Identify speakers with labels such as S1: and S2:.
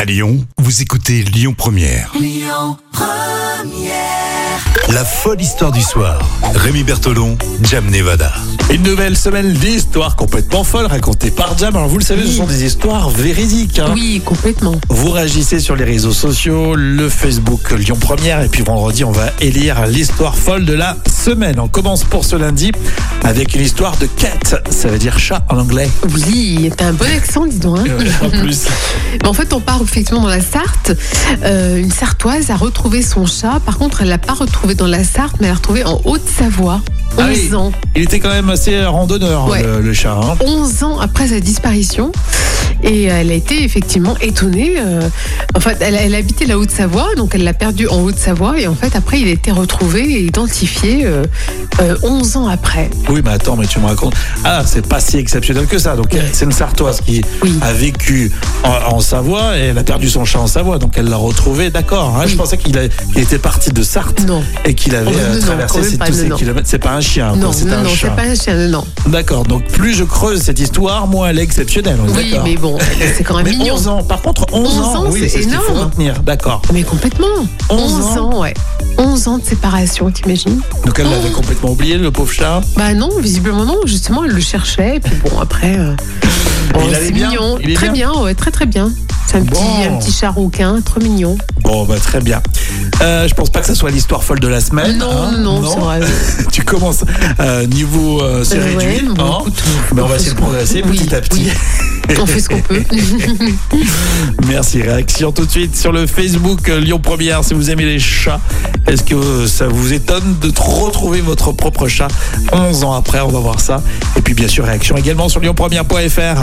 S1: À Lyon, vous écoutez Lyon Première. Lyon Première. La folle histoire du soir. Rémi Bertolon, Jam Nevada.
S2: Une nouvelle semaine d'histoires complètement folles racontées par Jam. Alors vous le savez, ce sont des histoires véridiques. hein.
S3: Oui, complètement.
S2: Vous réagissez sur les réseaux sociaux, le Facebook Lyon Première et puis vendredi on va élire l'histoire folle de la semaine. On commence pour ce lundi avec une histoire de cat, ça veut dire chat en anglais.
S3: Oui, t'as un bon accent, dis donc. hein.
S2: Euh, en plus,
S3: Mais en fait, on part effectivement dans la Sarthe. Euh, une Sartoise a retrouvé son chat. Par contre, elle l'a pas retrouvé dans la Sarthe, mais elle l'a retrouvé en Haute-Savoie. 11
S2: Ah oui.
S3: ans.
S2: il était quand même assez randonneur
S3: Ouais.
S2: le, le chat. hein.
S3: 11 ans après sa disparition. Et elle a été effectivement étonnée. euh, en fait, elle, elle habitait la Haute-Savoie, donc elle l'a perdu en Haute-Savoie. Et en fait, après, il a été retrouvé et identifié euh, euh, 11 ans après.
S2: Oui, mais attends, mais tu me racontes. Ah, c'est pas si exceptionnel que ça. Donc, c'est une Sartoise qui
S3: Oui.
S2: a vécu en, en Savoie et elle a perdu son chat en Savoie. Donc, elle l'a retrouvé. D'accord. hein. Je
S3: Oui.
S2: pensait qu'il a- il était parti de Sarthe
S3: Non.
S2: et qu'il avait
S3: Oh, non,
S2: euh,
S3: non,
S2: traversé
S3: quand même
S2: ces-
S3: pas,
S2: tous
S3: non,
S2: ces
S3: non.
S2: kilomètres. C'est pas un chien.
S3: Non,
S2: quoi, c'est
S3: non,
S2: Ah, un
S3: non,
S2: chat.
S3: c'est pas un chien, non, non.
S2: D'accord. Donc, plus je creuse cette histoire, moins elle est exceptionnelle. on est
S3: Oui,
S2: d'accord.
S3: mais bon, c'est quand même
S2: Mais
S3: mignon.
S2: 11 ans. Par contre, 11,
S3: 11 ans,
S2: oui,
S3: c'est
S2: c'est ce qu'il faut
S3: énorme.
S2: retenir. D'accord.
S3: Mais complètement.
S2: 11
S3: 11,
S2: ans.
S3: ans. ouais. 11 ans de séparation, t'imagines
S2: Donc, elle
S3: Oh.
S2: l'avait complètement oublié, le pauvre chat.
S3: Bah non, visiblement non. Justement, elle le cherchait. Et puis bon, après, euh,
S2: Et
S3: bon,
S2: il allait
S3: c'est
S2: bien
S3: mignon.
S2: Il est
S3: très bien. ouais, très très bien. C'est un, petit,
S2: Bon.
S3: un petit chat rouquin, trop mignon.
S2: Bon, bah, très bien. Euh, je pense pas que ce soit l'histoire folle de la semaine.
S3: non,
S2: hein.
S3: non, non, c'est vrai.
S2: tu commences euh, niveau euh, c'est
S3: Euh, ouais,
S2: réduit
S3: bon,
S2: hein.
S3: écoute,
S2: mais on
S3: on
S2: va
S3: fait
S2: essayer
S3: ce
S2: de
S3: qu'on-
S2: progresser
S3: oui,
S2: petit à petit
S3: On fait ce qu'on peut.
S2: merci réaction tout de suite sur le Facebook euh, Lyon Première si vous aimez les chats est-ce que euh, ça vous étonne de t- retrouver votre propre chat 11 ans après on va voir ça et puis bien sûr réaction également sur lyonpremière.fr